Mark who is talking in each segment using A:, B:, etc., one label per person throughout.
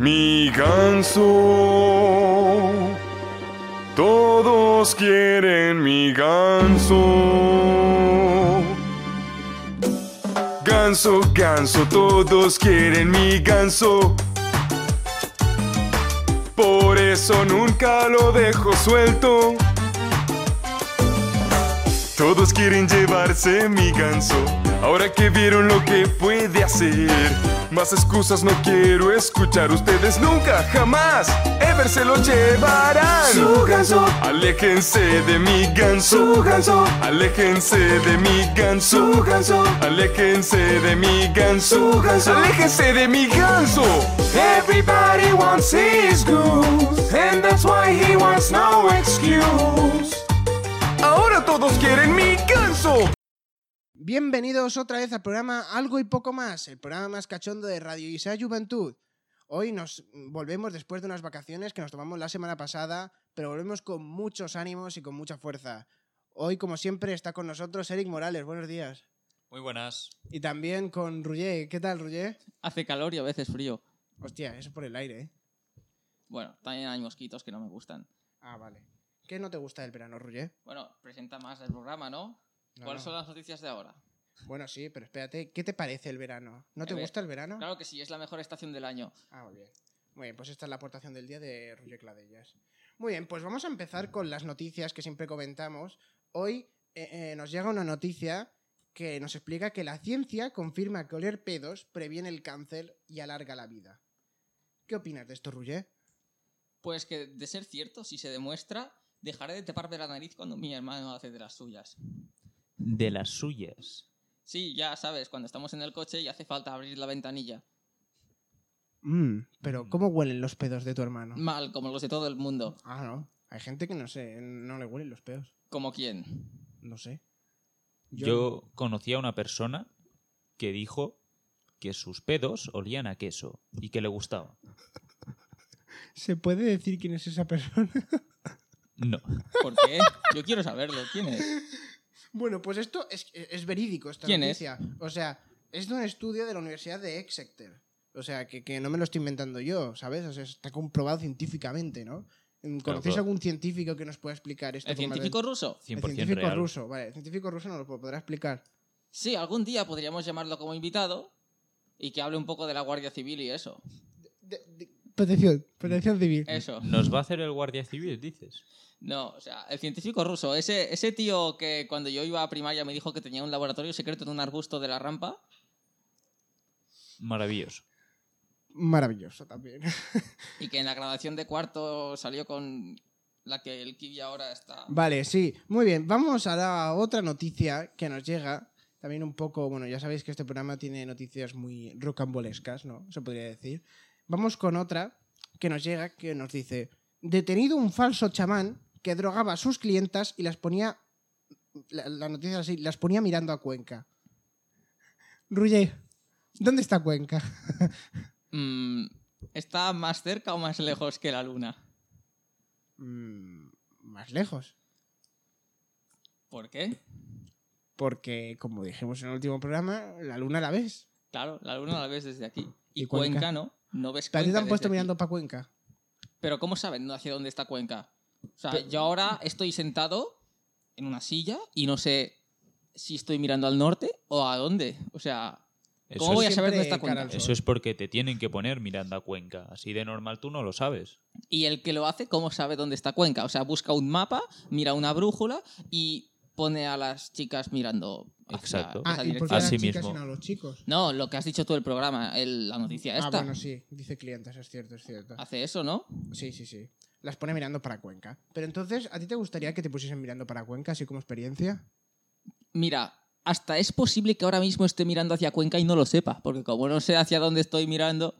A: Mi ganso, todos quieren mi ganso. Ganso, ganso, todos quieren mi ganso. Por eso nunca lo dejo suelto. Todos quieren llevarse mi ganso. Ahora que vieron lo que puede hacer. Más excusas no quiero escuchar. Ustedes nunca, jamás, ever se lo llevarán.
B: Su ganso.
A: Aléjense de mi ganso.
B: Su ganso.
A: Aléjense de mi ganso.
B: Su ganso.
A: Aléjense de mi ganso.
B: Su ganso.
A: Aléjense de mi ganso.
B: Everybody wants his goose, and that's why he wants no excuse.
A: Ahora todos quieren mi ganso.
C: Bienvenidos otra vez al programa Algo y Poco Más, el programa más cachondo de Radio Isea Juventud. Hoy nos mm, volvemos después de unas vacaciones que nos tomamos la semana pasada, pero volvemos con muchos ánimos y con mucha fuerza. Hoy, como siempre, está con nosotros Eric Morales. Buenos días.
D: Muy buenas.
C: Y también con Rullé. ¿Qué tal, Rullé?
D: Hace calor y a veces frío.
C: Hostia, eso por el aire, ¿eh?
D: Bueno, también hay mosquitos que no me gustan.
C: Ah, vale. ¿Qué no te gusta del verano, Rullé?
D: Bueno, presenta más el programa, ¿no?
C: No,
D: ¿Cuáles
C: no.
D: son las noticias de ahora?
C: Bueno, sí, pero espérate, ¿qué te parece el verano? ¿No te
D: A ver,
C: gusta el verano?
D: Claro que sí, es la mejor estación del año.
C: Ah, muy bien. Muy bien, pues esta es la aportación del día de Roger Cladellas. Muy bien, pues vamos a empezar con las noticias que siempre comentamos. Hoy eh, eh, nos llega una noticia que nos explica que la ciencia confirma que oler pedos previene el cáncer y alarga la vida. ¿Qué opinas de esto, Ruger?
D: Pues que de ser cierto, si se demuestra, dejaré de taparme la nariz cuando mi hermano hace de las suyas.
E: de las suyas.
D: Sí, ya sabes, cuando estamos en el coche y hace falta abrir la ventanilla.
C: Mm, pero ¿cómo huelen los pedos de tu hermano?
D: Mal, como los de todo el mundo.
C: Mm. Ah, no. Hay gente que no sé, no le huelen los pedos.
D: ¿Como quién?
C: No sé.
E: Yo, conocí a una persona que dijo que sus pedos olían a queso y que le gustaba.
C: ¿Se puede decir quién es esa persona?
E: No.
D: ¿Por qué? Yo quiero saberlo. ¿Quién es?
C: Bueno, pues esto es, es verídico, esta
D: ¿Quién
C: noticia. O sea, es de un estudio de la Universidad de Exeter. O sea, que, que no me lo estoy inventando yo, ¿sabes? O sea, está comprobado científicamente, ¿no? Mm, ¿Conocéis
E: pero-
C: algún científico que nos pueda explicar esto?
D: ¿El
C: con más de-
D: científico ruso?
E: 100%
C: El científico
E: real.
C: ruso, vale. El científico ruso nos lo podrá explicar.
D: Sí, algún día podríamos llamarlo como invitado y que hable un poco de la Guardia Civil y eso.
C: De- de- protección, protección civil.
D: Eso.
E: Nos va a hacer el guardia civil, dices.
D: No, o sea, el científico ruso, ese, ese tío que cuando yo iba a primaria me dijo que tenía un laboratorio secreto en un arbusto de la rampa.
E: Maravilloso.
C: Maravilloso también.
D: Y que en la graduación de cuarto salió con la que el Kiwi ahora está.
C: Vale, sí. Muy bien, vamos a la otra noticia que nos llega. También un poco, bueno, ya sabéis que este programa tiene noticias muy rocambolescas, ¿no? Se podría decir. Vamos con otra que nos llega que nos dice, detenido un falso chamán que drogaba a sus clientas y las ponía, la, la noticia es así, las ponía mirando a Cuenca. Ruye, ¿dónde está Cuenca?
D: Mm, ¿Está más cerca o más lejos que la luna?
C: Mm, más lejos.
D: ¿Por qué?
C: Porque, como dijimos en el último programa, la luna la ves.
D: Claro, la luna la ves desde aquí. Y,
C: ¿Y Cuenca?
D: Cuenca? no. No ves
C: ¿Pero a ti
D: Cuenca.
C: te han
D: desde
C: puesto
D: aquí.
C: mirando para Cuenca?
D: Pero ¿cómo saben hacia dónde está Cuenca? O sea,
C: Pe-
D: yo ahora estoy sentado en una silla y no sé si estoy mirando al norte o a dónde. O sea,
E: Eso,
D: ¿cómo voy a
E: es,
D: saber dónde
C: Siempre
D: está Cuenca?
C: cara al
E: eso es porque te tienen que poner Miranda Cuenca. Así de normal tú no lo sabes.
D: Y el que lo hace, ¿cómo sabe dónde está Cuenca? O sea, busca un mapa, mira una brújula y pone a las chicas mirando hacia
E: Exacto.
D: esa
C: Ah, ¿y por qué
D: dirección.
C: a las
E: Así
C: chicas
E: mismo.
C: y no a los chicos?
D: No, lo que has dicho tú el programa, el- la noticia
C: Ah,
D: esta.
C: bueno, sí, dice clientes, es cierto, es cierto.
D: Hace eso, ¿no?
C: Sí, sí, sí. Las pone mirando para Cuenca. Pero entonces, ¿a ti te gustaría que te pusiesen mirando para Cuenca, así como experiencia?
D: Mira, hasta es posible que ahora mismo esté mirando hacia Cuenca y no lo sepa, porque como no sé hacia dónde estoy mirando,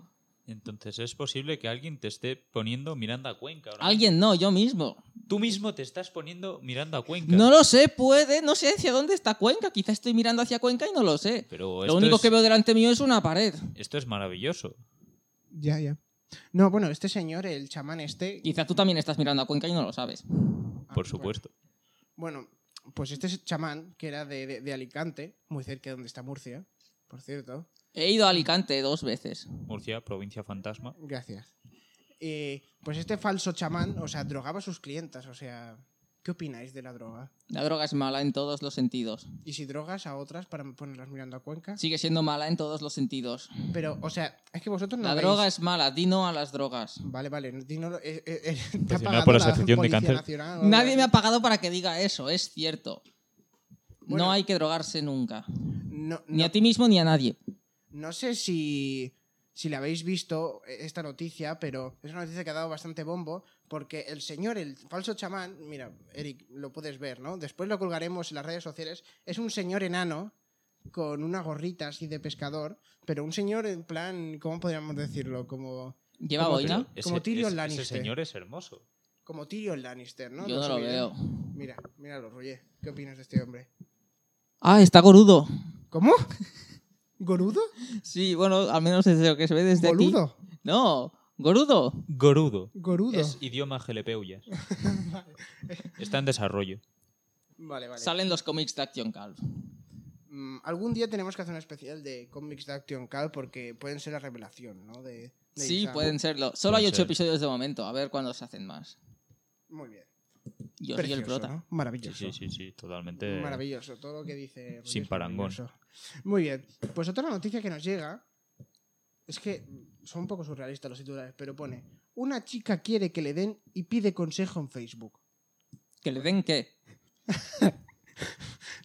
E: Entonces es posible que alguien te esté poniendo Miranda Cuenca. ahora
D: alguien no, yo mismo.
E: mismo. Tú mismo te estás poniendo Miranda Cuenca.
D: No lo sé, puede, no sé hacia dónde está Cuenca, quizá estoy mirando hacia Cuenca y no lo sé.
E: Pero
D: Lo
E: Pues esto
D: único
E: es-
D: que veo delante mío es una pared.
E: Esto es maravilloso.
C: Ya, ya. No, bueno, este señor, el chamán este...
D: Quizá tú también estás mirando a Cuenca y no lo sabes.
C: Ah,
E: Por
C: bueno.
E: supuesto.
C: Bueno, pues este es chamán, que era de, de- de Alicante, muy cerca de donde está Murcia, por cierto.
D: He ido a Alicante dos veces.
E: Murcia, provincia fantasma.
C: Gracias. Eh, pues este falso chamán, o sea, drogaba a sus clientas, o sea, ¿qué opináis de la droga?
D: La droga es mala en todos los sentidos.
C: ¿Y si drogas a otras para ponerlas mirando a Cuenca?
D: Sigue siendo mala en todos los sentidos.
C: Pero, o sea, es que vosotros no
D: La
C: veis-
D: droga es mala, di no a las drogas.
C: Vale, vale, no- dino- eh, eh, eh, te ha
E: Pues si no,
C: pagado
E: por
C: la
E: asociación de
C: Policía
E: cáncer.
C: Nacional, o-
D: Nadie me ha pagado para que diga eso, es cierto.
C: Bueno.
D: no hay que drogarse nunca.
C: No,
D: Ni
C: no-
D: a ti mismo ni a nadie.
C: No sé si, si la habéis visto eh, esta noticia, pero es una noticia que ha dado bastante bombo porque el señor, el falso chamán, mira, Eric, lo puedes ver, ¿no? Después lo colgaremos en las redes sociales. Es un señor enano con una gorrita así de pescador, pero un señor en plan, ¿cómo podríamos decirlo? Como,
D: ¿Lleva
C: ¿Cómo
D: boina?
E: Pero
C: Como Tyrion
E: ese-
C: Lannister.
E: Ese señor es hermoso.
C: como Tyrion Lannister, ¿no?
D: Yo no lo
C: sé bien.
D: veo.
C: Mira, míralo, Roger. ¿Qué opinas de este hombre?
D: Ah, está gorudo.
C: ¿Cómo? ¿Gorudo?
D: Sí, bueno, al menos desde lo que se ve desde aquí.
C: ¿Goludo?
D: No, gorudo.
E: Gorudo.
C: ¿Gorudo?
E: Es idioma gelepeuyas. Está en desarrollo.
C: Vale, vale.
D: Salen los cómics de Action Calf.
C: Mm, algún día tenemos que hacer un especial de cómics de Action Cal porque pueden ser la revelación, ¿no? De, de
D: Sí,
C: Isaac.
D: pueden serlo. Solo
E: Puede
D: hay ocho
E: ser.
D: episodios de momento, a ver cuándo se hacen más.
C: Muy bien.
D: Yo soy el
C: Precioso,
D: prota.
C: ¿no?
E: Sí,
C: Maravilloso.
E: sí, sí, sí, totalmente.
C: Maravilloso, todo lo que dice. Rodríguez
E: Sin
C: es
E: parangón.
C: maravilloso. Muy bien. Pues otra noticia que nos llega es que son un poco surrealistas los titulares, pero pone: Una chica quiere que le den y pide consejo en Facebook.
D: ¿Que le den qué?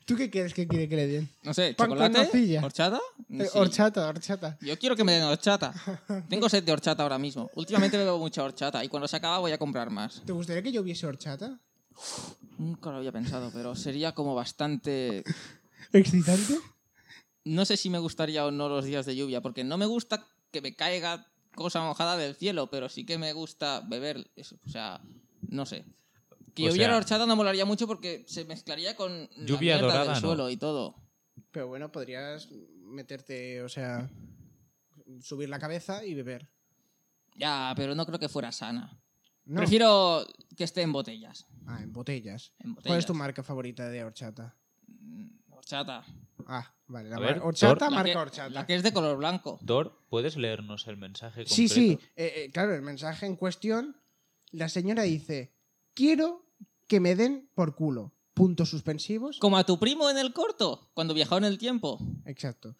C: ¿Tú qué quieres que quiere que le den?
D: No sé,
C: Pan con
D: chocolate,
C: nocilla.
D: horchata.
C: Eh,
D: Sí.
C: horchata, horchata.
D: Yo quiero que me den horchata. Tengo sed de horchata ahora mismo. Últimamente bebo mucha horchata y cuando se acaba voy a comprar más.
C: ¿Te gustaría que yo viese horchata?
D: Nunca lo había pensado, pero sería como bastante...
C: ¿Excitante?
D: No sé si me gustaría o no los días de lluvia, porque no me gusta que me caiga cosa mojada del cielo, pero sí que me gusta beber eso. O sea, no sé. Que
E: O
D: lloviera
E: sea-
D: horchata no molaría mucho porque se mezclaría con
E: Lluvia
D: la mierda
E: dorada,
D: del
E: no.
D: suelo y todo.
C: Pero bueno, podrías meterte, o sea, subir la cabeza y beber.
D: Ya, pero no creo que fuera sana.
C: No.
D: Prefiero que esté en botellas.
C: Ah, en botellas.
D: En
C: ¿Cuál es
D: botellas.
C: tu marca favorita de horchata?
D: Mm, Horchata.
C: Ah, vale. La
E: A
C: mar-
E: ver,
C: horchata,
E: Thor.
D: La
C: marca
D: que-
C: horchata.
D: La que es de color blanco.
E: Dor, ¿puedes leernos el mensaje completo?
C: Sí, sí. eh, eh, claro, el mensaje en cuestión, la señora dice, quiero que me den por culo. Puntos suspensivos.
D: Como a tu primo en el corto, cuando viajó en el tiempo.
C: Exacto.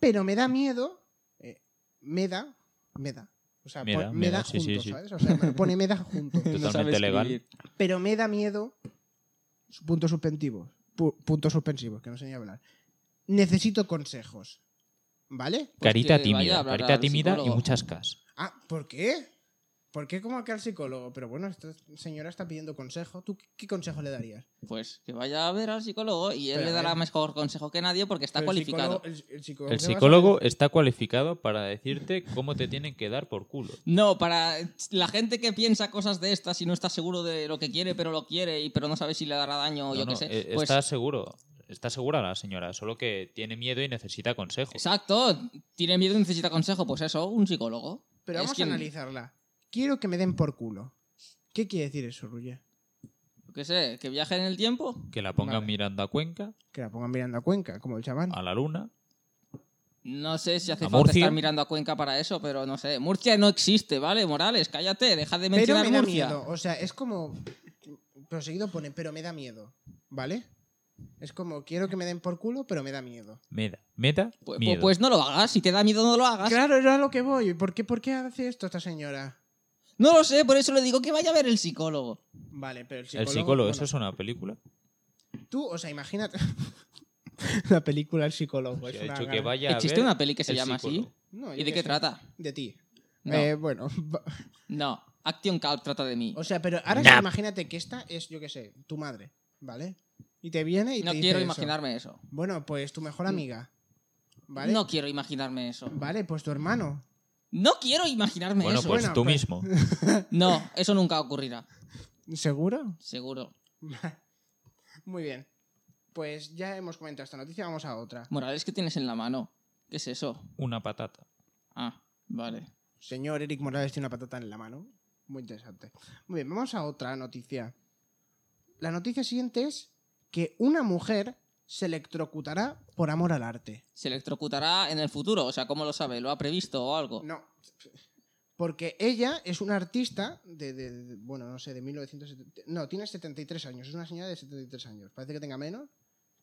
C: Pero me da miedo. eh, me da. Me da. O sea,
E: Me
C: pon-
E: da,
C: me
E: me
C: da
E: da, sí, sí,
C: junto,
E: sí.
C: ¿sabes? O sea, pone me da junto.
D: Pues
E: Totalmente legal.
C: pero me da miedo. su- Puntos suspensivos. pu- puntos suspensivos, que no sé ni hablar. Necesito consejos. ¿Vale?
D: Pues
E: Carita
D: que vaya a
E: tímida,
D: hablar
E: carita
D: al
E: tímida y
D: psicólogo.
E: muchas cas.
C: Ah, ¿por qué? ¿Por qué como que al psicólogo? Pero bueno, esta señora está pidiendo consejo. ¿Tú qué- qué consejo le darías?
D: Pues que vaya a ver al psicólogo y él
C: Pero a
D: le dará
C: ver.
D: mejor consejo que nadie porque está
C: Pero el
D: cualificado.
C: psicólogo- el- el
D: Pues
C: psicólogo
E: El
C: que va a
E: psicólogo está cualificado para decirte cómo te tienen que dar por culo.
D: No, para la gente que piensa cosas de estas y no está seguro de lo que quiere, pero lo quiere, y pero no sabe si le dará daño o
E: No,
D: yo
E: no,
D: qué sé.
E: eh,
D: Pues
E: Está seguro. Está segura la señora, solo que tiene miedo y necesita consejo.
D: exacto, tiene miedo y necesita consejo. Pues eso, un psicólogo.
C: Pero
D: Es
C: vamos
D: quien-
C: a analizarla. Quiero que me den por culo. ¿Qué quiere decir eso, Ruye?
D: Yo qué sé, que viaje en el tiempo.
E: Que la pongan
C: Vale.
E: mirando a Cuenca,
C: Que la pongan mirando a Cuenca, como el chamán.
E: a la luna.
D: No sé si hace
E: ¿A
D: falta
E: Murcia?
D: estar mirando a Cuenca para eso, pero no sé. Murcia no existe, ¿vale? Morales, cállate, deja de
C: pero
D: mencionar
C: me da
D: Murcia.
C: miedo. O sea, es como. Pero seguido pone, pero me da miedo. ¿Vale? Es como, quiero que me den por culo, pero me da miedo.
E: Meda. Meta,
D: Pues,
E: miedo.
D: pues no lo hagas, si te da miedo no lo hagas.
C: Claro, era lo que voy. ¿Por qué, ¿Por qué hace esto esta señora?
D: No lo sé, por eso le digo que vaya a ver el psicólogo.
C: Vale, pero el
E: el
C: psicólogo.
E: psicólogo,
C: bueno,
E: ¿eso es una película?
C: Tú, o sea, imagínate. la película El psicólogo. es
E: Se ha
C: Pues una
E: dicho que
C: gana-
E: vaya a
D: ¿Existe
E: ver
D: una peli que se
E: el
D: llama así?
E: psicólogo.
C: No, yo
D: ¿Y de qué
C: sé.
D: trata?
C: De ti.
D: No.
C: Eh, pues bueno,
D: No, Action Calp trata de mí.
C: O sea, pero ahora sí, imagínate que esta es, yo qué sé, tu madre, ¿vale? Y te viene y
D: no
C: te dice
D: quiero
C: eso.
D: imaginarme eso.
C: Bueno, pues tu mejor amiga. ¿Vale?
D: No quiero imaginarme eso.
C: Vale, pues tu hermano.
D: No quiero imaginarme
E: Bueno,
D: eso.
E: pues
C: Bueno,
E: tú
C: pues-
E: mismo.
D: No, eso nunca ocurrirá,
C: ¿Seguro?
D: seguro.
C: Muy bien. Pues ya hemos comentado esta noticia, vamos a otra.
D: Morales, ¿qué tienes en la mano? ¿Qué es eso?
E: Una patata.
D: Ah, vale.
C: Señor Eric Morales tiene una patata en la mano. Muy interesante. Muy bien, vamos a otra noticia. La noticia siguiente es que una mujer se electrocutará por amor al arte.
D: ¿Se electrocutará en el futuro? O sea, ¿cómo lo sabe? ¿Lo ha previsto o algo?
C: No. Porque ella es una artista de, de- de- bueno, no sé, de 1970. No, tiene 73 años. Es una señora de 73 años. Parece que tenga menos,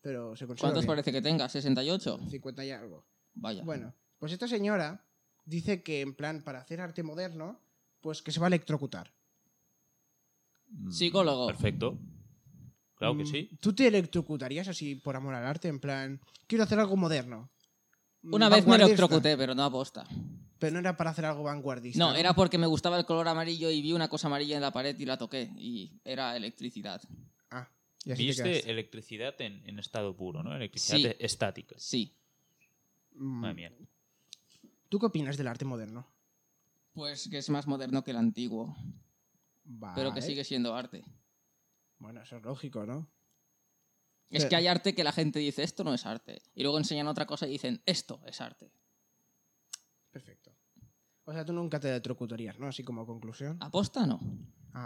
C: pero se considera.
D: ¿Cuántos parece que tenga? ¿68?
C: 50 y algo.
D: Vaya.
C: Bueno, pues esta señora dice que, en plan, para hacer arte moderno, pues que se va a electrocutar.
E: Mm,
D: Psicólogo.
E: Perfecto. Claro que
C: Mm,
E: sí.
C: ¿Tú te electrocutarías así por amor al arte? En plan, quiero hacer algo moderno.
D: Una vez me
C: Vanguardista.
D: electrocuté, pero no aposta.
C: Pero no era para hacer algo vanguardista.
D: No, era porque me gustaba el color amarillo y vi una cosa amarilla en la pared y la toqué. Y era electricidad.
C: Ah, y así te
E: Viste
C: quedaste.
E: electricidad en, en estado puro, ¿no? Electricidad
D: Sí.
E: e- estática.
D: Sí.
C: Mm,
E: Madre mía.
C: ¿Tú qué opinas del arte moderno?
D: Pues que es más moderno que el antiguo. Pero
C: Vale.
D: que sigue siendo arte.
C: Bueno, eso es lógico, ¿no?
D: Es
C: Pero-
D: que hay arte que la gente dice, esto no es arte. Y luego enseñan otra cosa y dicen, esto es arte.
C: Perfecto. O sea, tú nunca te electrocutarías, ¿no? Así como conclusión. Ah,
D: ¿Aposta no?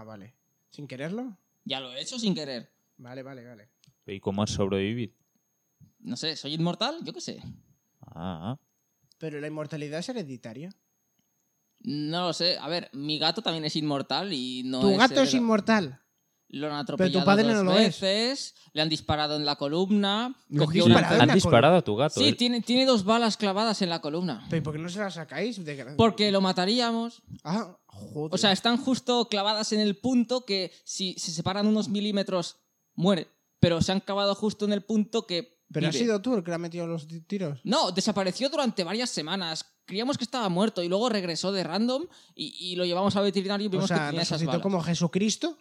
C: vale. ¿Sin quererlo?
D: Ya lo he hecho sin querer.
C: Vale, vale, vale.
E: ¿Y cómo has sobrevivido?
D: No sé, ¿soy inmortal? Yo qué sé.
E: Ah,
C: Pero la inmortalidad es hereditaria.
D: No lo sé. A ver, mi gato también es inmortal y no
C: tu
D: es
C: gato es
D: heredero.
C: inmortal.
D: Lo han
C: tu
D: atropellado
C: padre
D: dos
C: no lo es.
D: veces, le han disparado en la columna.
C: ¿Le han
D: cogió
E: Sí,
C: disparado
D: una-
C: en la
E: han disparado a tu gato. ¿eh?
D: Sí,
E: él-
D: tiene, tiene dos balas clavadas en la columna.
C: Pero ¿y por qué no se la sacáis? De gra-
D: Porque lo mataríamos.
C: Ah, joder.
D: O sea, están justo clavadas en el punto que si se separan unos milímetros, muere. Pero se han clavado justo en el punto que.
C: Pero has
D: vive.
C: sido tú el que le ha metido los ti- tiros.
D: No, desapareció durante varias semanas. Creíamos que estaba muerto y luego regresó de random y, y lo llevamos al veterinario y vimos
C: o sea,
D: que tenía esas
C: resucitó
D: balas.
C: como Jesucristo.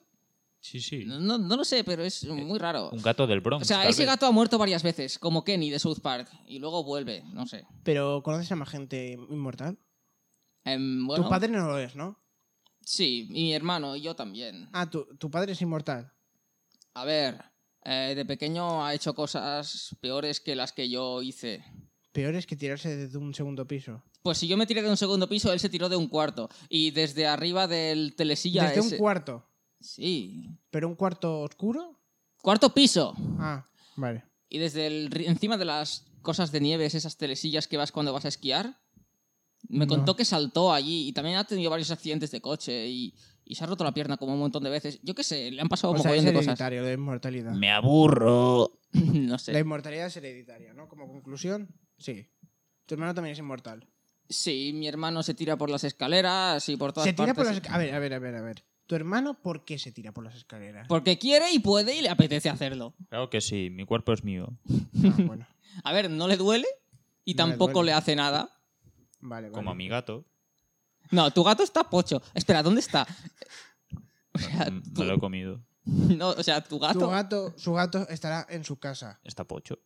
E: sí. sí.
D: No, no- no lo sé, pero es muy raro.
E: Un gato del Bronx.
D: O sea,
E: tal
D: ese
E: vez.
D: gato ha muerto varias veces, como Kenny de South Park, y luego vuelve, no sé.
C: Pero ¿conoces a más gente inmortal?
D: Em, bueno,
C: Tu padre no lo es, ¿no?
D: Sí, y mi hermano y yo también.
C: Ah, tu, tu padre es inmortal.
D: A ver, eh, de pequeño ha hecho cosas peores que las que yo hice.
C: Peor es que tirarse desde un segundo piso.
D: Pues si yo me tiré de un segundo piso, él se tiró de un cuarto. Y desde arriba del telesilla
C: Desde
D: ese-
C: un cuarto.
D: Sí.
C: ¿Pero un cuarto oscuro?
D: Cuarto piso.
C: Ah, vale.
D: Y desde el ri- encima de las cosas de nieves, esas telesillas que vas cuando vas a esquiar, me
C: No.
D: contó que saltó allí y también ha tenido varios accidentes de coche y, y se ha roto la pierna como un montón de veces. Yo qué sé, le han pasado
C: O
D: un
C: sea, es
D: montón de cosas.
C: hereditario, la inmortalidad.
E: Me aburro.
D: no
C: La
D: sé.
C: inmortalidad es hereditaria, ¿no? Como conclusión, sí. Tu hermano también es inmortal.
D: Sí, mi hermano se tira por las escaleras y por todas
C: Se tira por las
D: partes.
C: escaleras. A ver, a ver, a ver, a ver. ¿Tu hermano por qué se tira por las escaleras?
D: Porque quiere y puede y le apetece hacerlo.
E: Claro que sí, mi cuerpo es mío.
C: Ah, bueno.
D: A ver, no le duele
C: No le
D: y tampoco
C: duele.
D: le hace nada.
C: Vale, vale.
E: Como a mi gato.
D: No, tu gato está pocho. Espera, ¿dónde está? O sea,
E: Mm,
D: tu-
E: Me lo he comido.
D: no, o sea, tu gato.
C: Tu gato, su gato estará en su casa.
E: Está pocho.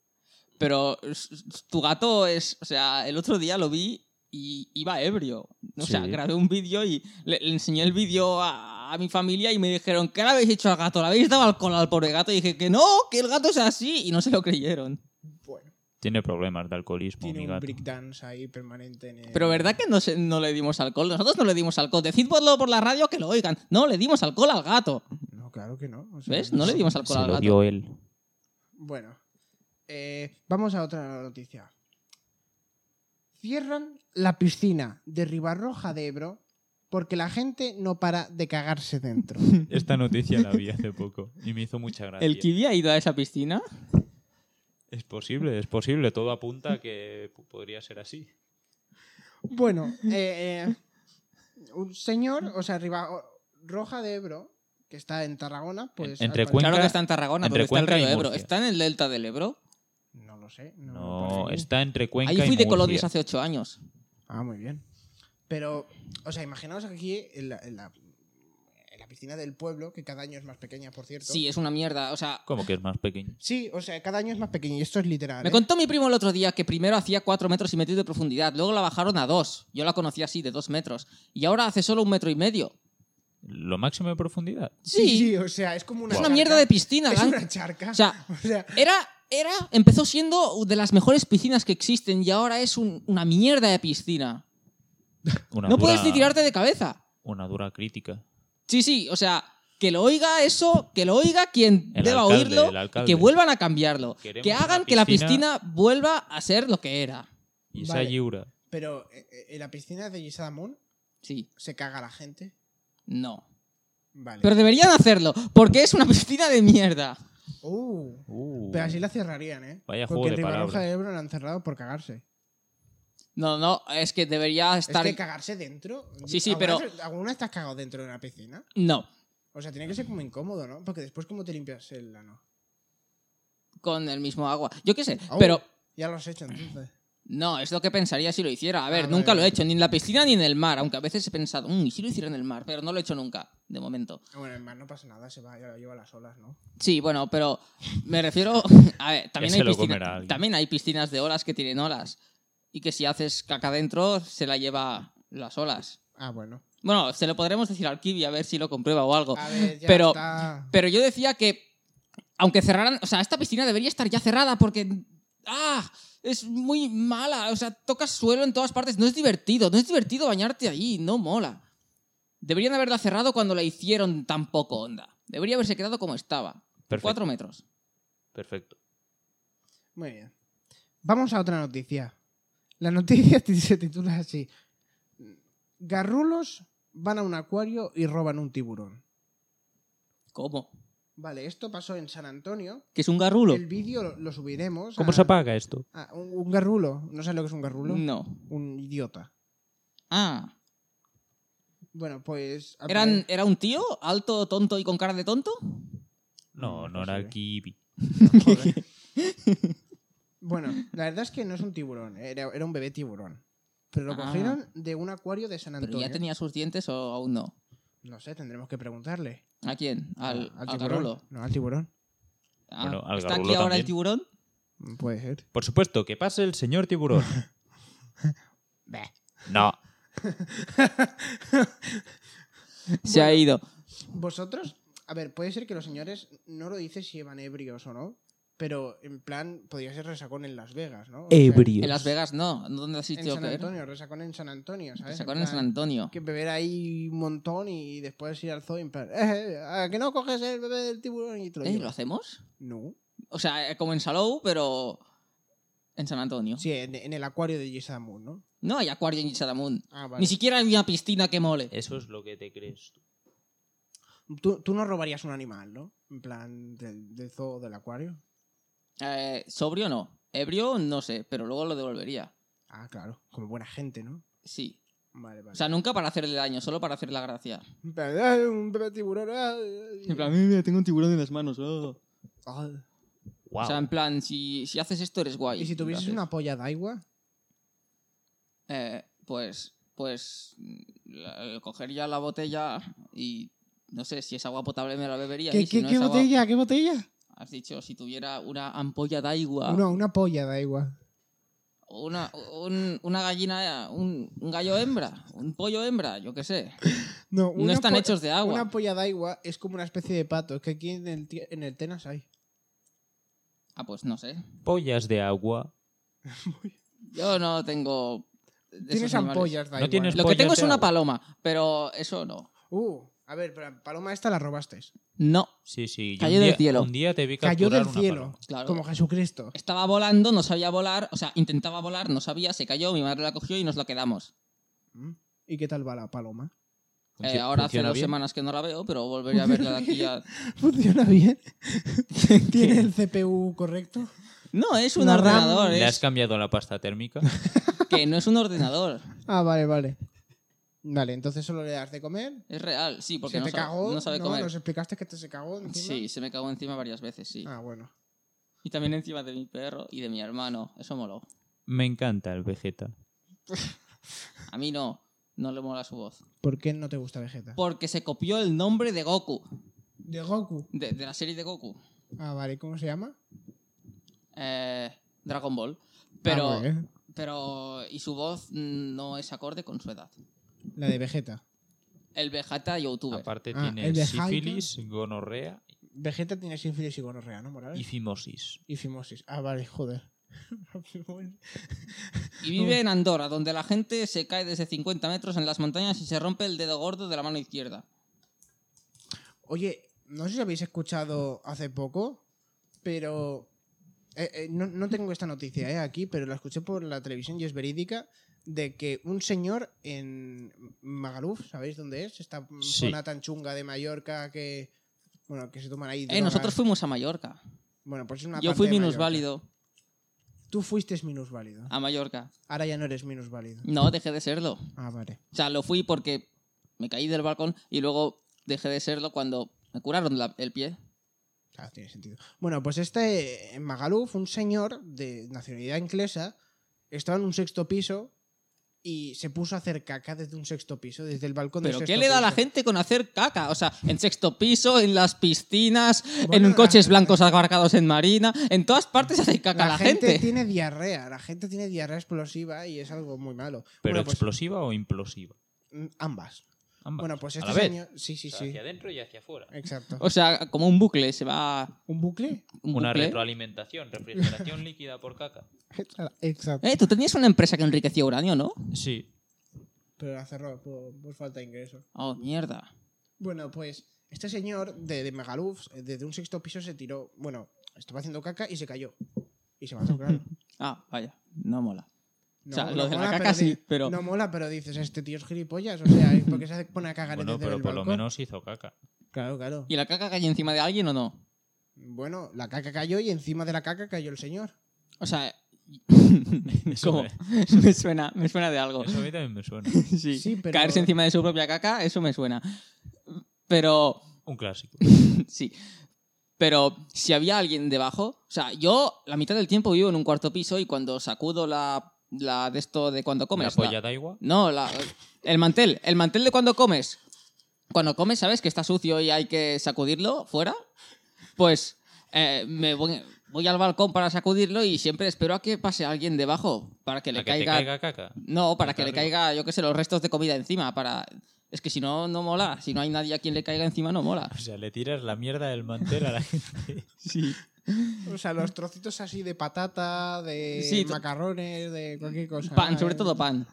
D: Pero s- s- tu gato es. O sea, el otro día lo vi y iba ebrio. O sea,
E: Sí.
D: grabé un vídeo y le, le enseñé el vídeo a, a mi familia y me dijeron, ¿qué le habéis hecho al gato? ¿Le habéis dado alcohol al pobre gato? Y dije que no, que el gato es así. Y no se lo creyeron.
C: Bueno,
E: Tiene problemas de alcoholismo,
C: tiene
E: mi
C: un
E: gato.
C: breakdance ahí permanente en el-
D: Pero ¿verdad que no, se- no le dimos alcohol? Nosotros no le dimos alcohol. Decidlo por la radio que lo oigan. No, le dimos alcohol al gato.
C: No, claro que no. o sea,
D: ¿Ves? No le dimos alcohol
E: Se
D: al
E: lo
D: gato.
E: dio él.
C: Bueno, eh, vamos a otra noticia. Cierran la piscina de Ribarroja de Ebro porque la gente no para de cagarse dentro.
E: Esta noticia la vi hace poco y me hizo mucha gracia.
D: ¿El Kiwi ha ido a esa piscina?
E: Es posible, es posible. Todo apunta a que p- podría ser así.
C: Bueno, eh, eh, un señor, o sea, Ribarroja de Ebro, que está en Tarragona, pues...
E: entre
C: al parecer-
E: Cuenca-
D: claro que está en Tarragona,
E: entre
D: pero está el
E: Cuenca y
D: río Ebro.
E: Murcia.
D: ¿Está en el delta del Ebro?
C: No lo sé. No, me lo pone
E: No,
C: aquí.
E: está entre Cuenca
D: Ahí
E: y
D: fui de
E: Murcia.
D: colonias hace ocho años.
C: Ah, muy bien. Pero, o sea, imaginaos aquí en la, en la- en la piscina del pueblo, que cada año es más pequeña, por cierto.
D: Sí, es una mierda. O sea,
E: ¿Cómo que es más pequeño?
C: Sí, o sea, cada año es más pequeño y esto es literal.
D: me
C: ¿eh?
D: contó mi primo el otro día que primero hacía cuatro metros y medio de profundidad, luego la bajaron a dos. Yo la conocí así, de dos metros. Y ahora hace solo un metro y medio.
E: ¿Lo máximo de profundidad?
D: Sí,
C: o sea, es como una.
D: es una
C: charca.
D: mierda de piscina.
C: Es
D: la han-
C: una charca.
D: O sea,
C: O sea,
D: era, era, empezó siendo de las mejores piscinas que existen y ahora es un- una mierda de piscina.
E: Una
D: no
E: dura-
D: puedes ni tirarte de cabeza.
E: Una dura crítica.
D: Sí, sí, o sea, Que lo oiga eso, que lo oiga quien
E: El
D: deba
E: alcalde, el
D: oírlo,
E: alcalde.
D: que vuelvan a cambiarlo.
E: Queremos
D: que hagan
E: una
D: que la
E: piscina-
D: piscina vuelva a ser lo que era.
E: Y esa
C: Vale.
E: Yura.
C: Pero, eh, eh, ¿la piscina de Gisadamon
D: Sí,
C: se caga la gente?
D: no.
C: Vale.
D: Pero deberían hacerlo, porque es una piscina de mierda.
C: Uh,
E: Uh,
C: pero así la cerrarían, ¿eh? Porque
E: Vaya juego de
C: en Ribarroja
E: palabras.
C: de Ebro la han cerrado por cagarse.
D: No, no, es que debería estar.
C: Es que cagarse dentro.
D: Sí, sí,
C: ¿Alguna
D: pero-
C: vez- ¿Alguna estás cagado dentro de una piscina?
D: No,
C: O sea, tiene que ser como incómodo, ¿no? Porque después, ¿cómo te limpias el ano?
D: con el mismo agua. Yo qué sé,
C: Au.
D: pero.
C: Oh, Ya lo has hecho entonces.
D: No, es lo que pensaría si lo hiciera. A ver,
C: Ah, vale,
D: nunca lo he
C: vale.
D: hecho, ni en la piscina ni en el mar, aunque a veces he pensado, "Mm, ¿y si lo hiciera en el mar? Pero no lo he hecho nunca, de momento.
C: Ah, Bueno, en mar no pasa nada, se va, ya lo lleva a las olas, ¿no?
D: Sí, bueno, pero me refiero. A ver, también,
E: se
D: hay
E: lo
D: piscina-
E: comerá alguien.
D: también hay piscinas de olas que tienen olas. Y que si haces caca dentro, se la lleva las olas.
C: Ah, bueno.
D: Bueno, se lo podremos decir al Kiwi a ver si lo comprueba o algo.
C: A ver, ya
D: Oh, pero-
C: está.
D: Pero yo decía que, aunque cerraran, o sea, esta piscina debería estar ya cerrada porque, ah, es muy mala, o sea, tocas suelo en todas partes, no es divertido, no es divertido bañarte allí, no mola. Deberían haberla cerrado cuando la hicieron tan poco onda. Debería haberse quedado como estaba.
E: Perfecto.
D: Cuatro metros.
E: Perfecto.
C: Muy bien. Vamos a otra noticia. La noticia ti- se titula así. Garrulos van a un acuario y roban un tiburón.
D: ¿Cómo?
C: Vale, esto pasó en San Antonio.
D: ¿Que es un garrulo?
C: El vídeo lo, lo subiremos.
E: ¿Cómo
C: a-
E: se apaga esto?
C: a- un, un garrulo. ¿No sabes lo que es un garrulo?
D: No.
C: Un idiota.
D: Ah,
C: Bueno, pues... al
D: ¿eran,
C: parecer-
D: ¿era un tío alto, tonto y con cara de tonto?
E: No, no era Kibi.
C: Joder. Bueno, la verdad es que no es un tiburón, eh, era, era un bebé tiburón. Pero lo
D: Ah.
C: cogieron de un acuario de San
D: ¿Pero
C: Antonio.
D: ya tenía sus dientes o aún no?
C: No sé, tendremos que preguntarle.
D: ¿A quién? ¿Al,
C: Ah,
D: al,
C: tiburón.
D: garrulo?
C: No, al tiburón.
D: Ah,
E: Bueno, al
D: ¿Está aquí
E: garrulo
D: ahora el
E: también.
D: tiburón?
C: Puede ser.
E: Por supuesto, que pase el señor tiburón. no.
D: Se ha ido.
C: Vosotros, a ver, puede ser que los señores no lo dice si van ebrios o no, pero en plan podría ser resacón en Las Vegas, ¿no? O sea,
E: Ebrio.
D: En Las Vegas no, ¿dónde has
C: en
D: ido a
C: San
D: beber?
C: Antonio, resacón en San Antonio,
D: Te
C: ¿sabes?
D: sacaron
C: En
D: en
C: plan,
D: San Antonio.
C: Que beber ahí un montón y después ir al zoo y en plan, "Eh, ¿a que no coges el bebé del tiburón? Y te lo
D: Eh, ¿Lo
C: llevas?".
D: hacemos?
C: No.
D: O sea, eh, como en Salou, pero en San Antonio.
C: Sí, en, en el acuario de Gisamun, ¿no?
D: No hay acuario en Ichadamun.
C: Ah, vale. Eh.
D: Ni siquiera hay una piscina que mole.
E: Eso es lo que te crees tú.
C: Tú, tú no robarías un animal, ¿no? En plan, del, del zoo o del acuario.
D: Eh, sobrio no. Ebrio no sé, pero luego lo devolvería.
C: Ah, claro, como buena gente, ¿no?
D: Sí.
C: Vale, vale.
D: O sea, nunca para hacerle daño, solo para hacerle la gracia.
C: En plan, "Ay, un bebé tiburón. ay, ay".
D: mira, tengo un tiburón en las manos.
C: oh". Ay.
E: Wow.
D: O sea, en plan, si, si haces esto eres guay.
C: ¿Y si tuvieses
D: Lo haces.
C: una polla de agua?
D: Eh, pues, pues, la- el coger ya la botella y no sé si es agua potable me la bebería. y si no es agua-
C: ¿Qué botella?
D: has dicho si tuviera una ampolla de agua,
C: No, una polla de agua.
D: una, un- una gallina, un, un gallo hembra, un pollo hembra, yo qué sé.
C: No,
D: No
C: una
D: están
C: po-
D: hechos de agua.
C: Una polla de agua es como una especie de pato, que aquí en el, tie- en el Tenas hay.
D: Ah, pues no sé.
E: Pollas de agua.
D: Yo no tengo. de esos
C: Tienes
D: animales.
C: ampollas de
E: No
C: agua. ¿eh?
E: tienes-
D: Lo que tengo
E: Pollas
D: es
E: de
D: una
E: agua.
D: paloma, pero eso no.
C: Uh, a ver, pero la paloma esta la robaste.
D: No.
E: Sí, sí. yo
D: Cayó
E: un
D: del
E: día-
D: cielo.
E: Un día te vi
C: Cayó
E: capturar
C: del
E: una
C: cielo,
E: paloma.
D: Claro.
C: como Jesucristo.
D: Estaba volando, no sabía volar, o sea, intentaba volar, no sabía, se cayó, mi madre la cogió y nos la quedamos.
C: ¿Y qué tal va la paloma?
D: Eh,
E: Funci-
D: ahora hace
E: funciona
D: dos
E: bien.
D: semanas que no la veo, pero volveré a verla de aquí a...
C: ¿Funciona bien? ¿Tiene el CPU correcto?
D: No, es un
C: La RAM-
D: ordenador,
E: ¿Le has
D: es
E: cambiado la pasta térmica?
D: que no es un ordenador.
C: Ah, vale, vale. Vale, entonces solo le das de comer.
D: Es real, sí, porque
C: se
D: no,
C: te
D: sabe,
C: cagó.
D: no sabe comer.
C: Nos explicaste que te se cagó. encima.
D: Sí, se me cagó encima varias veces, sí.
C: Ah, bueno.
D: Y también encima de mi perro y de mi hermano. Eso moló.
E: Me encanta el Vegeta.
D: A mí no. No le mola su voz.
C: ¿Por qué no te gusta Vegeta?
D: Porque se copió el nombre de Goku.
C: De Goku.
D: De, de la serie de Goku.
C: Ah, vale, ¿cómo se llama?
D: Eh, Dragon Ball. Pero,
C: Ah, vale.
D: pero... Y su voz no es acorde con su edad.
C: La de Vegeta.
D: El Vegeta youtuber.
E: Aparte
C: Ah,
E: tiene
C: el Vegeta.
E: sífilis, gonorrea
C: Vegeta tiene sífilis y gonorrea, ¿no, Morales?
E: y
C: Y,
E: fimosis.
C: fimosis. Ah, vale, joder.
D: Y vive en Andorra, donde la gente se cae desde 50 metros en las montañas y se rompe el dedo gordo de la mano izquierda.
C: Oye, no sé si habéis escuchado hace poco, pero. eh, eh, no, no tengo esta noticia eh, aquí, pero la escuché por la televisión y es verídica. De que un señor en Magaluf, ¿sabéis dónde es? Esta
E: Sí.
C: zona tan chunga de Mallorca que. Bueno, que se toman ahí.
D: Eh,
C: drogas.
D: nosotros fuimos a Mallorca.
C: Bueno, pues es una
D: Yo
C: parte
D: fui
C: de Mallorca.
D: minusválido Ah.
C: Tú fuiste minusválido.
D: a Mallorca.
C: Ahora ya no eres minusválido.
D: No, dejé de serlo.
C: Ah, vale.
D: O sea, lo fui porque me caí del balcón y luego dejé de serlo cuando me curaron la- el pie.
C: Claro, tiene sentido. Bueno, pues este en Magaluf, un señor de nacionalidad inglesa, estaba en un sexto piso y se puso a hacer caca desde un sexto piso, desde el balcón del
D: ¿Pero
C: sexto
D: qué le da a la
C: piso.
D: gente con hacer caca? O sea, en sexto piso, en las piscinas,
C: Bueno,
D: en
C: la-
D: coches blancos abarcados en marina, en todas partes hace caca la, gente.
C: tiene diarrea, la gente tiene diarrea explosiva y es algo muy malo.
E: ¿Pero
C: Bueno, pues,
E: explosiva o implosiva?
C: mm, ambas.
E: Ambas.
C: Bueno, pues
E: A
C: este
E: la vez.
C: señor. Sí, sí,
E: O sea,
C: sí.
E: Hacia adentro y hacia afuera.
C: Exacto.
D: O sea, como un bucle, se va
C: ¿Un bucle?
D: un
E: Una
D: bucle.
E: retroalimentación, refrigeración líquida por caca.
C: Exacto.
D: Eh, tú tenías una empresa que enriquecía uranio, ¿no?
E: Sí.
C: Pero la cerró por, por falta de ingresos.
D: Oh, mierda.
C: Bueno, pues este señor de, de Megaluf, eh, desde un sexto piso se tiró. Bueno, estaba haciendo caca y se cayó. Y se mató, claro.
D: Ah, vaya, no mola.
C: No,
D: O sea,
C: no
D: lo de la
C: mola,
D: caca sí,
C: di-
D: pero-
C: No mola, pero dices, este tío es gilipollas. O sea, ¿por qué se hace- pone a cagar
E: Bueno,
C: desde
E: pero
C: el
E: por lo
C: balcón?
E: menos hizo caca.
C: Claro, claro.
D: ¿Y la caca cayó encima de alguien o no?
C: Bueno, la caca cayó y encima de la caca cayó el señor.
D: O sea,
E: Eso
D: ¿cómo?
E: me-
D: Me suena, me suena de algo.
E: Eso a mí también me suena.
D: Sí,
C: Sí, pero-
D: Caerse encima de su propia caca, eso me suena. Pero,
E: Un clásico.
D: sí. Pero si había alguien debajo, o sea, yo la mitad del tiempo vivo en un cuarto piso y cuando sacudo la, la de esto de cuando
E: ¿La
D: comes. la-
E: polla da igual?
D: No, la- el mantel. El mantel de cuando comes. Cuando comes, ¿sabes? Que está sucio y hay que sacudirlo fuera. Pues eh, me voy, voy al balcón para sacudirlo y siempre espero a que pase alguien debajo para que
E: ¿A
D: le
E: que
D: caiga...
E: te caiga caca?
D: No, para que
E: Boca
D: le
E: arriba.
D: caiga, yo qué sé, los restos de comida encima. Para... Es que si no, no mola. Si no hay nadie a quien le caiga encima, no mola.
E: O sea, le tiras la mierda del mantel a la gente.
D: Sí.
C: O sea, los trocitos así de patata, de
D: Sí, to-
C: macarrones, de cualquier cosa. eh.
D: Pan, sobre todo pan.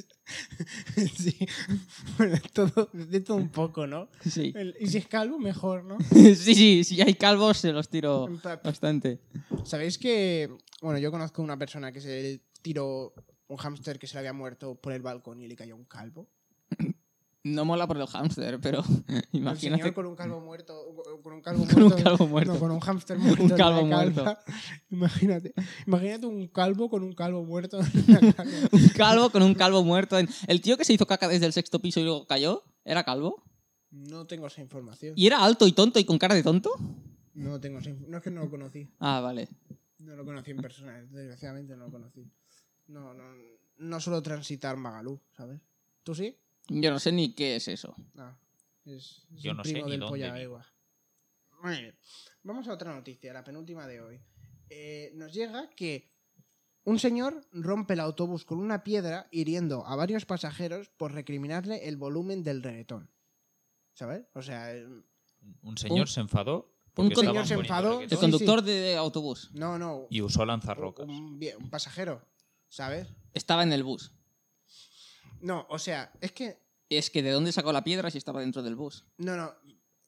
C: sí. Bueno, todo, de todo un poco, ¿no?
D: Sí.
C: El- y si es calvo, mejor, ¿no?
D: Sí, sí, si hay calvos se los tiro
C: En plan-
D: bastante.
C: ¿Sabéis que, bueno, yo conozco una persona que se tiró un hámster que se le había muerto por el balcón y le cayó un calvo?
D: No mola por el hámster, pero
C: El
D: imagínate
C: señor con un calvo muerto, o con un calvo
D: Con un
C: muerto,
D: calvo muerto.
C: no, con un hámster muerto,
D: Un
C: en
D: calvo
C: una calva.
D: muerto.
C: Imagínate, imagínate un calvo con un calvo muerto. en una calva.
D: Un calvo con un calvo muerto. en- El tío que se hizo caca desde el sexto piso y luego cayó, ¿era calvo?
C: No tengo esa información.
D: ¿Y era alto y tonto y con cara de tonto?
C: No tengo esa inf- no es que no lo conocí,
D: Ah, vale.
C: no lo conocí en persona, desgraciadamente no lo conocí. No, no, no suelo transitar Magalú, ¿sabes? ¿Tú sí?
D: Yo no sé ni qué es eso.
C: Ah, es, es
E: Yo
C: un
E: no sé
C: primo
E: ni
C: del
E: dónde
C: polla
E: vive.
C: Egua. Muy bien. Vamos a otra noticia, la penúltima de hoy. Eh, nos llega que un señor rompe el autobús con una piedra hiriendo a varios pasajeros por recriminarle el volumen del reggaetón. ¿Sabes? O sea, eh,
E: Un señor
D: Un-
E: se enfadó porque
D: señor
E: estaban
D: se
E: poniendo
C: enfadó.
E: reggaetón
D: El
C: Sí,
D: conductor de autobús
C: no, no.
E: y usó lanzarrocas.
C: Un, vie- un pasajero, ¿sabes?
D: estaba en el bus.
C: No, o sea, es que.
D: Es que ¿de dónde sacó la piedra si estaba dentro del bus?
C: No, no.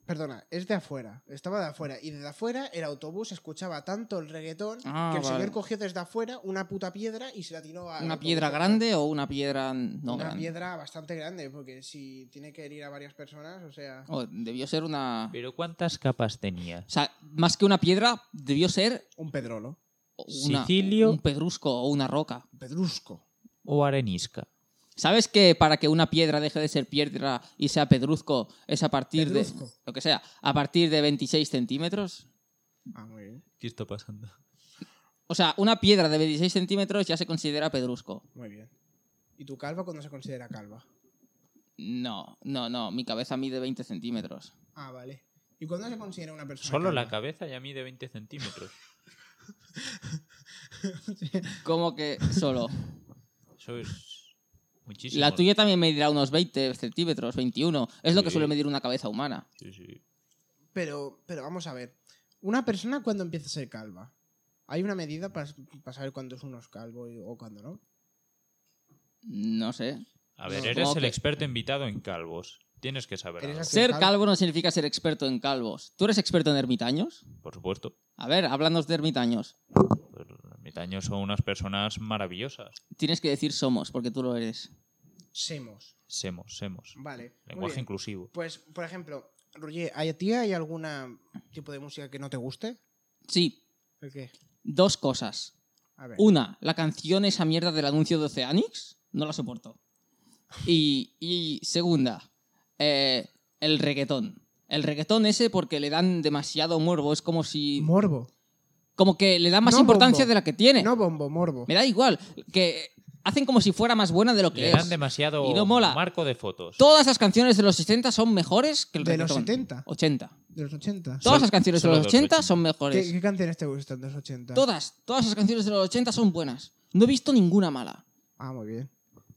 C: Perdona, es de afuera. Estaba de afuera. Y desde afuera el autobús escuchaba tanto el reggaetón
D: Ah,
C: que el
D: vale.
C: señor cogió desde afuera una puta piedra y Ah, se la tiró a.
D: ¿Una piedra grande o una piedra no
C: una
D: grande?
C: piedra bastante grande, porque si tiene que herir a varias personas, o sea.
D: Oh, debió ser una...
E: Pero ¿cuántas capas tenía?
D: O sea, más que una piedra, debió ser
C: Un pedrolo.
D: una-
E: Sicilio.
D: un pedrusco o una roca.
C: Un pedrusco.
E: ¿O arenisca?
D: ¿Sabes que para que una piedra deje de ser piedra y sea pedruzco es a partir de.
C: Pedruzco.
D: Lo que sea, a partir de 26 centímetros?
C: Ah, muy bien.
E: ¿Qué está pasando?
D: O sea, una piedra de 26 centímetros ya se considera pedrusco.
C: Muy bien. ¿Y tu calva cuando se considera calva?
D: No, no, no, mi cabeza mide 20 centímetros.
C: Ah, vale. ¿Y cuándo se considera una persona?
E: Solo la
C: calva?
E: cabeza ya mide 20 centímetros.
D: ¿Cómo que solo?
E: Eso es muchísimo.
D: La tuya también medirá unos 20 centímetros, 21. Es lo que suele medir una cabeza humana.
E: Sí, sí.
C: Pero, pero vamos a ver. Una persona cuando empieza a ser calva. ¿Hay una medida para, para saber cuándo es uno es calvo y- o cuándo no?
D: No sé.
E: A ver,
D: No,
E: eres
D: supongo
E: el
D: que-
E: experto invitado en calvos. Tienes que saber.
C: Eres
E: algo,
C: así.
D: Ser
C: calvo.
D: calvo no significa ser experto en calvos. ¿Tú eres experto en ermitaños?
E: Por supuesto.
D: A ver, háblanos de ermitaños.
E: Los ermitaños son unas personas maravillosas.
D: Tienes que decir somos, porque tú lo eres.
C: Semos.
E: Semos, semos.
C: Vale. muy
E: Lenguaje
C: bien.
E: inclusivo.
C: Pues, por ejemplo, Roger, ¿a ti hay alguna tipo de música que no te guste?
D: Sí,
C: ¿El qué?
D: dos cosas.
C: A ver.
D: Una, la canción esa mierda del anuncio de Oceanics, no la soporto. Y, y segunda, eh, el reggaetón. El reggaetón ese porque le dan demasiado morbo, es como si...
C: Morbo.
D: Como que le dan más
C: No,
D: importancia
C: bombo.
D: de la que tiene.
C: No bombo, morbo.
D: Me da igual, que hacen como si fuera más buena de lo que
E: Le
D: es.
E: dan demasiado
D: Y no mola.
E: marco de fotos.
D: Todas las canciones de los 60 son mejores que el
C: De los
D: reggaetón.
C: 70.
D: 80.
C: De los 80.
E: Solo-
D: Todas las canciones de
E: solo
D: los
E: de los
D: 80 son mejores.
C: ¿Qué, qué canciones te gustan de los 80?
D: Todas, todas las canciones de los 80 son buenas. No he visto ninguna mala.
C: Ah, muy bien.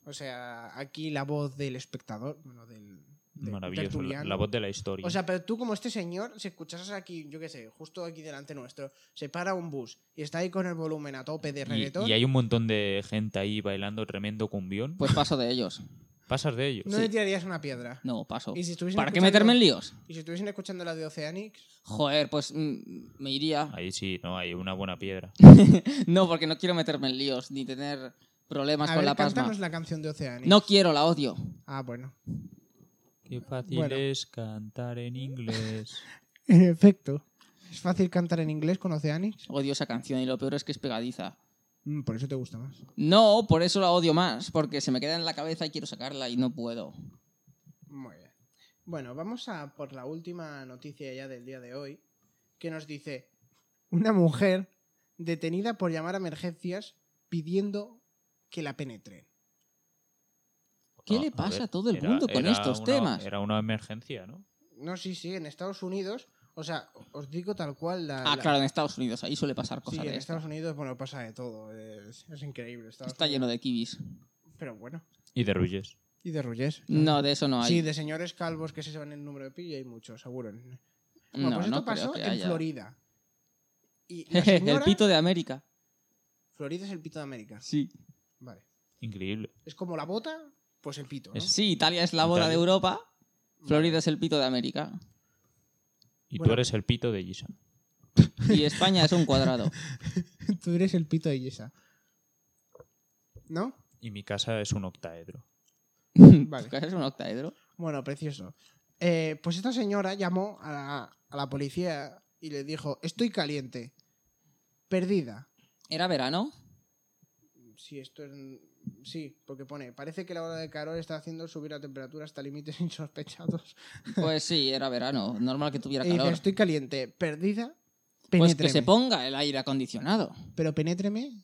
C: O sea, aquí la voz del espectador, bueno, del. del
E: Maravilloso. La,
C: tertuliano.
E: la voz de la historia.
C: O sea, pero tú como este señor, si escuchasas aquí, yo qué sé, justo aquí delante nuestro, se para un bus y está ahí con el volumen a tope de
E: y,
C: reggaetón,
E: y hay un montón de gente ahí bailando tremendo cumbión.
D: Pues paso de ellos.
E: Pasas de ellos.
C: no le tirarías una piedra.
D: No, paso.
C: ¿Y si estuviesen
D: ¿Para qué
C: escuchando-
D: meterme en líos?
C: Y si estuviesen escuchando la de Oceanic,
D: Joder, pues mm, me iría.
E: Ahí sí, no, hay una buena piedra.
D: No, porque no quiero meterme en líos ni tener problemas
C: a
D: con
C: ver,
D: la pasma.
C: cántanos la canción de Oceanic.
D: No quiero, la odio.
C: Ah, bueno.
E: Qué fácil
C: Bueno.
E: es cantar en inglés.
C: En efecto. Es fácil cantar en inglés con Oceanic.
D: Odio esa canción y lo peor es que es pegadiza.
C: Mm, por eso te gusta más.
D: No, por eso la odio más, porque se me queda en la cabeza y quiero sacarla y no puedo.
C: Muy bien. Bueno, vamos a por la última noticia ya del día de hoy, que nos dice una mujer detenida por llamar a emergencias pidiendo que la penetren.
D: ¿Qué
E: No,
D: le
E: Ah, a
D: pasa
E: ver,
D: a todo el
E: era-
D: mundo con
E: era
D: estos
E: una-
D: temas?
E: Era una emergencia, ¿no?
C: No, sí, sí, en Estados Unidos, o sea, os digo tal cual la...
D: Ah,
C: la-
D: claro, en Estados Unidos, ahí suele pasar
C: Sí,
D: cosas
C: en
D: de estas.
C: Estados Unidos, bueno, pasa de todo, es, es increíble. Estados
D: Está lleno de kibis.
C: Unidos, Pero bueno,
E: Y de Ruyes.
C: y de ruyes.
D: No, de eso no hay.
C: Sí, de señores calvos que se saben el número de pilla hay mucho, seguro. Bueno,
D: no,
C: pues esto
D: no creo
C: pasó
D: que
C: en
D: haya.
C: Florida. Y la
D: El
C: señora-
D: pito de América.
C: Florida es el pito de América.
D: Sí.
C: Vale.
E: Increíble.
C: Es como la bota, pues el pito, ¿no?
E: Es-
D: Sí, Italia es la bola de
E: Italia.
D: Europa. Florida es el pito de América.
E: Y
C: Bueno.
E: tú eres el pito de Gisa.
D: Y España es un cuadrado.
C: Tú eres el pito de Yesa. ¿No?
E: Y mi casa es un octaedro.
C: Vale.
D: Porque Es un octaedro.
C: Bueno, precioso. Eh, pues esta señora llamó a la, a la policía y le dijo, estoy caliente, perdida.
D: Era verano.
C: Sí, esto es... Sí, porque pone, parece que la hora de calor está haciendo subir la temperatura hasta límites insospechados.
D: Pues sí, era verano. Normal que tuviera
C: Y dice,
D: calor.
C: estoy caliente, perdida,
D: Pues
C: penétreme.
D: que se ponga el aire acondicionado.
C: Pero penétreme.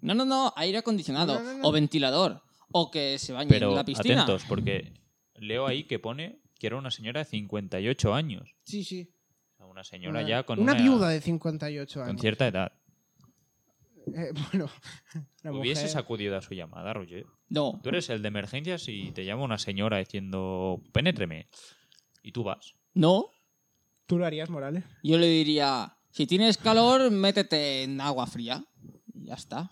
D: No, no, no, aire acondicionado.
C: No, no, no.
D: O ventilador. O que se bañe
E: Pero
D: en la piscina.
E: atentos, porque leo ahí que pone que era una señora de 58 años.
C: Sí, sí.
E: O sea, Una señora ya con
C: una,
E: una,
C: viuda de 58
E: Con
C: años.
E: cierta edad.
C: Eh, bueno, una
E: Hubiese
C: mujer-
E: sacudido a su llamada, Roger.
D: No.
E: Tú eres el de emergencias y te llama una señora diciendo, penétreme. Y tú vas.
D: No.
C: ¿Tú lo harías, Morales?
D: Yo le diría, si tienes calor, métete en agua fría. Y ya está.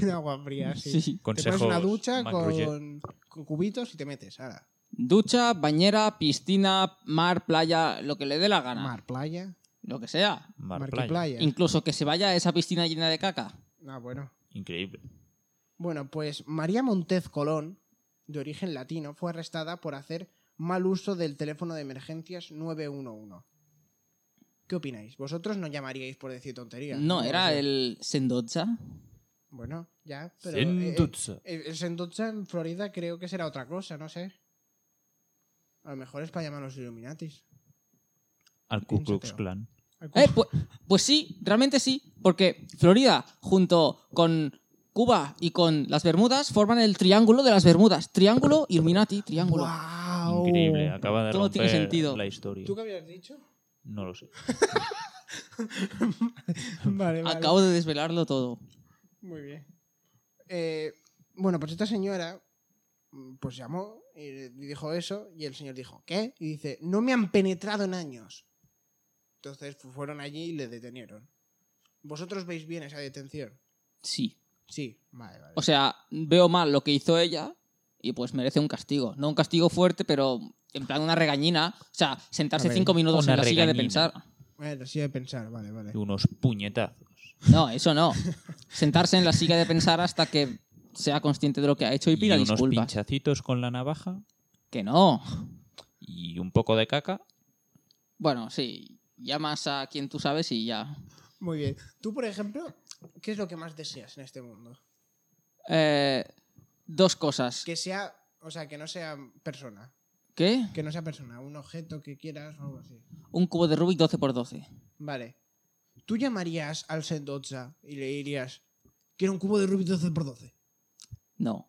C: En agua fría, sí.
D: Sí.
C: te pones
E: Consejos
C: una ducha
E: Mac Roger.
C: con, con cubitos y te metes. Ahora,
D: Ducha, bañera, piscina, mar, playa, lo que le dé la gana.
C: mar, playa,
D: Lo que sea.
E: Mar
C: mar
E: Playa.
C: playa.
D: Incluso que se vaya a esa piscina llena de caca.
C: Ah, bueno.
E: Increíble.
C: Bueno, pues María Montez Colón, de origen latino, fue arrestada por hacer mal uso del teléfono de emergencias 911. ¿Qué opináis? ¿Vosotros no llamaríais por decir tonterías?
D: No, era
C: sé.
D: el Sendocha.
C: Bueno, ya, pero...
E: Sin
C: eh, eh,
E: ducha.
C: El, el Sendocha en Florida creo que será otra cosa, no sé. A lo mejor es para llamar a los Illuminatis.
E: Al Ku Klux
C: piénsatelo.
E: Klan.
D: Eh, pu- pues, sí, realmente sí. Porque Florida, junto con Cuba y con las Bermudas, forman el triángulo de las Bermudas. Triángulo, Illuminati, triángulo.
C: ¡Guau!
E: Increíble. ah, Acaba de
D: Todo
E: romper
D: tiene sentido.
E: la historia.
C: ¿Tú qué habías dicho?
E: No lo sé.
C: vale, vale.
D: Acabo de desvelarlo todo.
C: Muy bien. Eh, bueno, pues esta señora mm, pues llamó y le dijo eso y el señor dijo, ¿qué? Y dice, no me han penetrado en años. Entonces fu- fueron allí y le detenieron. ¿Vosotros veis bien esa detención?
D: Sí.
C: Sí, vale, vale.
D: O sea, veo mal lo que hizo ella y pues merece un castigo. No un castigo fuerte, pero en plan una regañina. O sea, sentarse
C: A ver,
D: cinco minutos
E: una
D: en la silla de
E: regañina.
D: pensar.
C: Bueno, sí, de pensar, vale, vale.
E: Y unos puñetazos.
D: No, eso no. Sentarse en la silla de pensar hasta que sea consciente de lo que ha hecho y pida
E: unos
D: disculpas.
E: pinchacitos con la navaja.
D: Que no.
E: Y un poco de caca.
D: Bueno, sí. Llamas a quien tú sabes y ya.
C: Muy bien. Tú, por ejemplo, ¿qué es lo que más deseas en este mundo?
D: Eh, dos cosas.
C: Que sea, o sea, que no sea persona.
D: ¿Qué?
C: Que no sea persona, un objeto que quieras o algo así.
D: Un cubo de Rubik 12x12.
C: Vale. Tú llamarías al Sendotza y le dirías, quiero un cubo de Rubik 12x12.
D: No,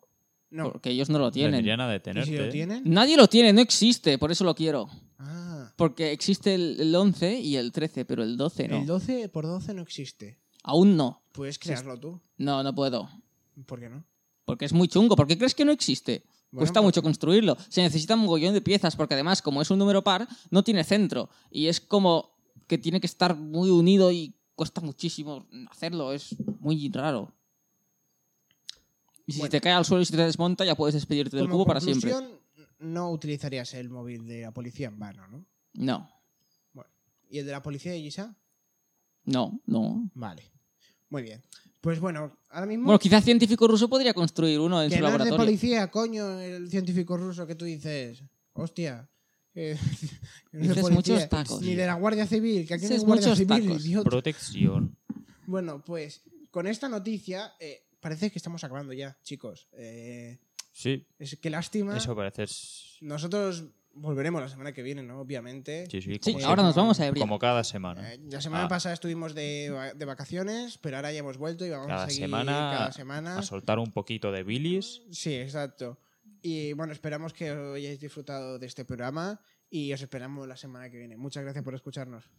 C: No.
D: porque ellos no lo tienen.
E: Vendrían a
C: ¿Y
E: detenerte.
C: si lo tienen?
D: Nadie lo tiene, no existe, por eso lo quiero.
C: Ah.
D: Porque existe el, el 11 y el 13, pero el 12 no.
C: El 12x12 no existe.
D: Aún no.
C: Puedes crearlo tú.
D: No, no puedo.
C: ¿Por qué no?
D: Porque es muy chungo. ¿Por qué crees que no existe?
C: Bueno,
D: Cuesta
C: pues-
D: mucho construirlo. Se necesita un mogollón de piezas, porque además, como es un número par, no tiene centro. Y es como que tiene que estar muy unido y cuesta muchísimo hacerlo. Es muy raro. Y si
C: Bueno.
D: te cae al suelo y se te desmonta, ya puedes despedirte del
C: Como
D: cubo para siempre.
C: conclusión, No utilizarías el móvil de la policía en vano, ¿no?
D: No,
C: ¿Y el de la policía de Gisa?
D: no, no.
C: Vale. Muy bien. Pues bueno, ahora mismo...
D: Bueno, quizás científico ruso podría construir uno en
C: que
D: su
C: no es de
D: laboratorio.
C: policía, coño, el científico ruso que tú dices. Hostia. que- que no es de
D: Dices
C: policía,
D: muchos tacos.
C: Ni de la Guardia Civil, que aquí no
D: Dices
C: hay Guardia
D: muchos
C: Civil,
D: tacos.
C: idiota.
E: Protección.
C: Bueno, pues con esta noticia eh, parece que estamos acabando ya, chicos. Eh,
E: Sí,
C: es que lástima.
E: eso parece. Sí,
C: Nosotros volveremos la semana que viene, ¿no? Obviamente.
E: sí,
D: Sí,
E: como,
D: ahora nos vamos a abrir.
E: como cada semana.
C: Eh, la semana
E: Ah.
C: pasada estuvimos de, va- de vacaciones, pero ahora ya hemos vuelto y vamos a
E: Cada
C: seguir
E: semana,
C: cada semana.
E: a soltar un poquito de bilis.
C: Sí, exacto. Y bueno, esperamos que hayáis disfrutado de este programa y os esperamos la semana que viene. Muchas gracias por escucharnos.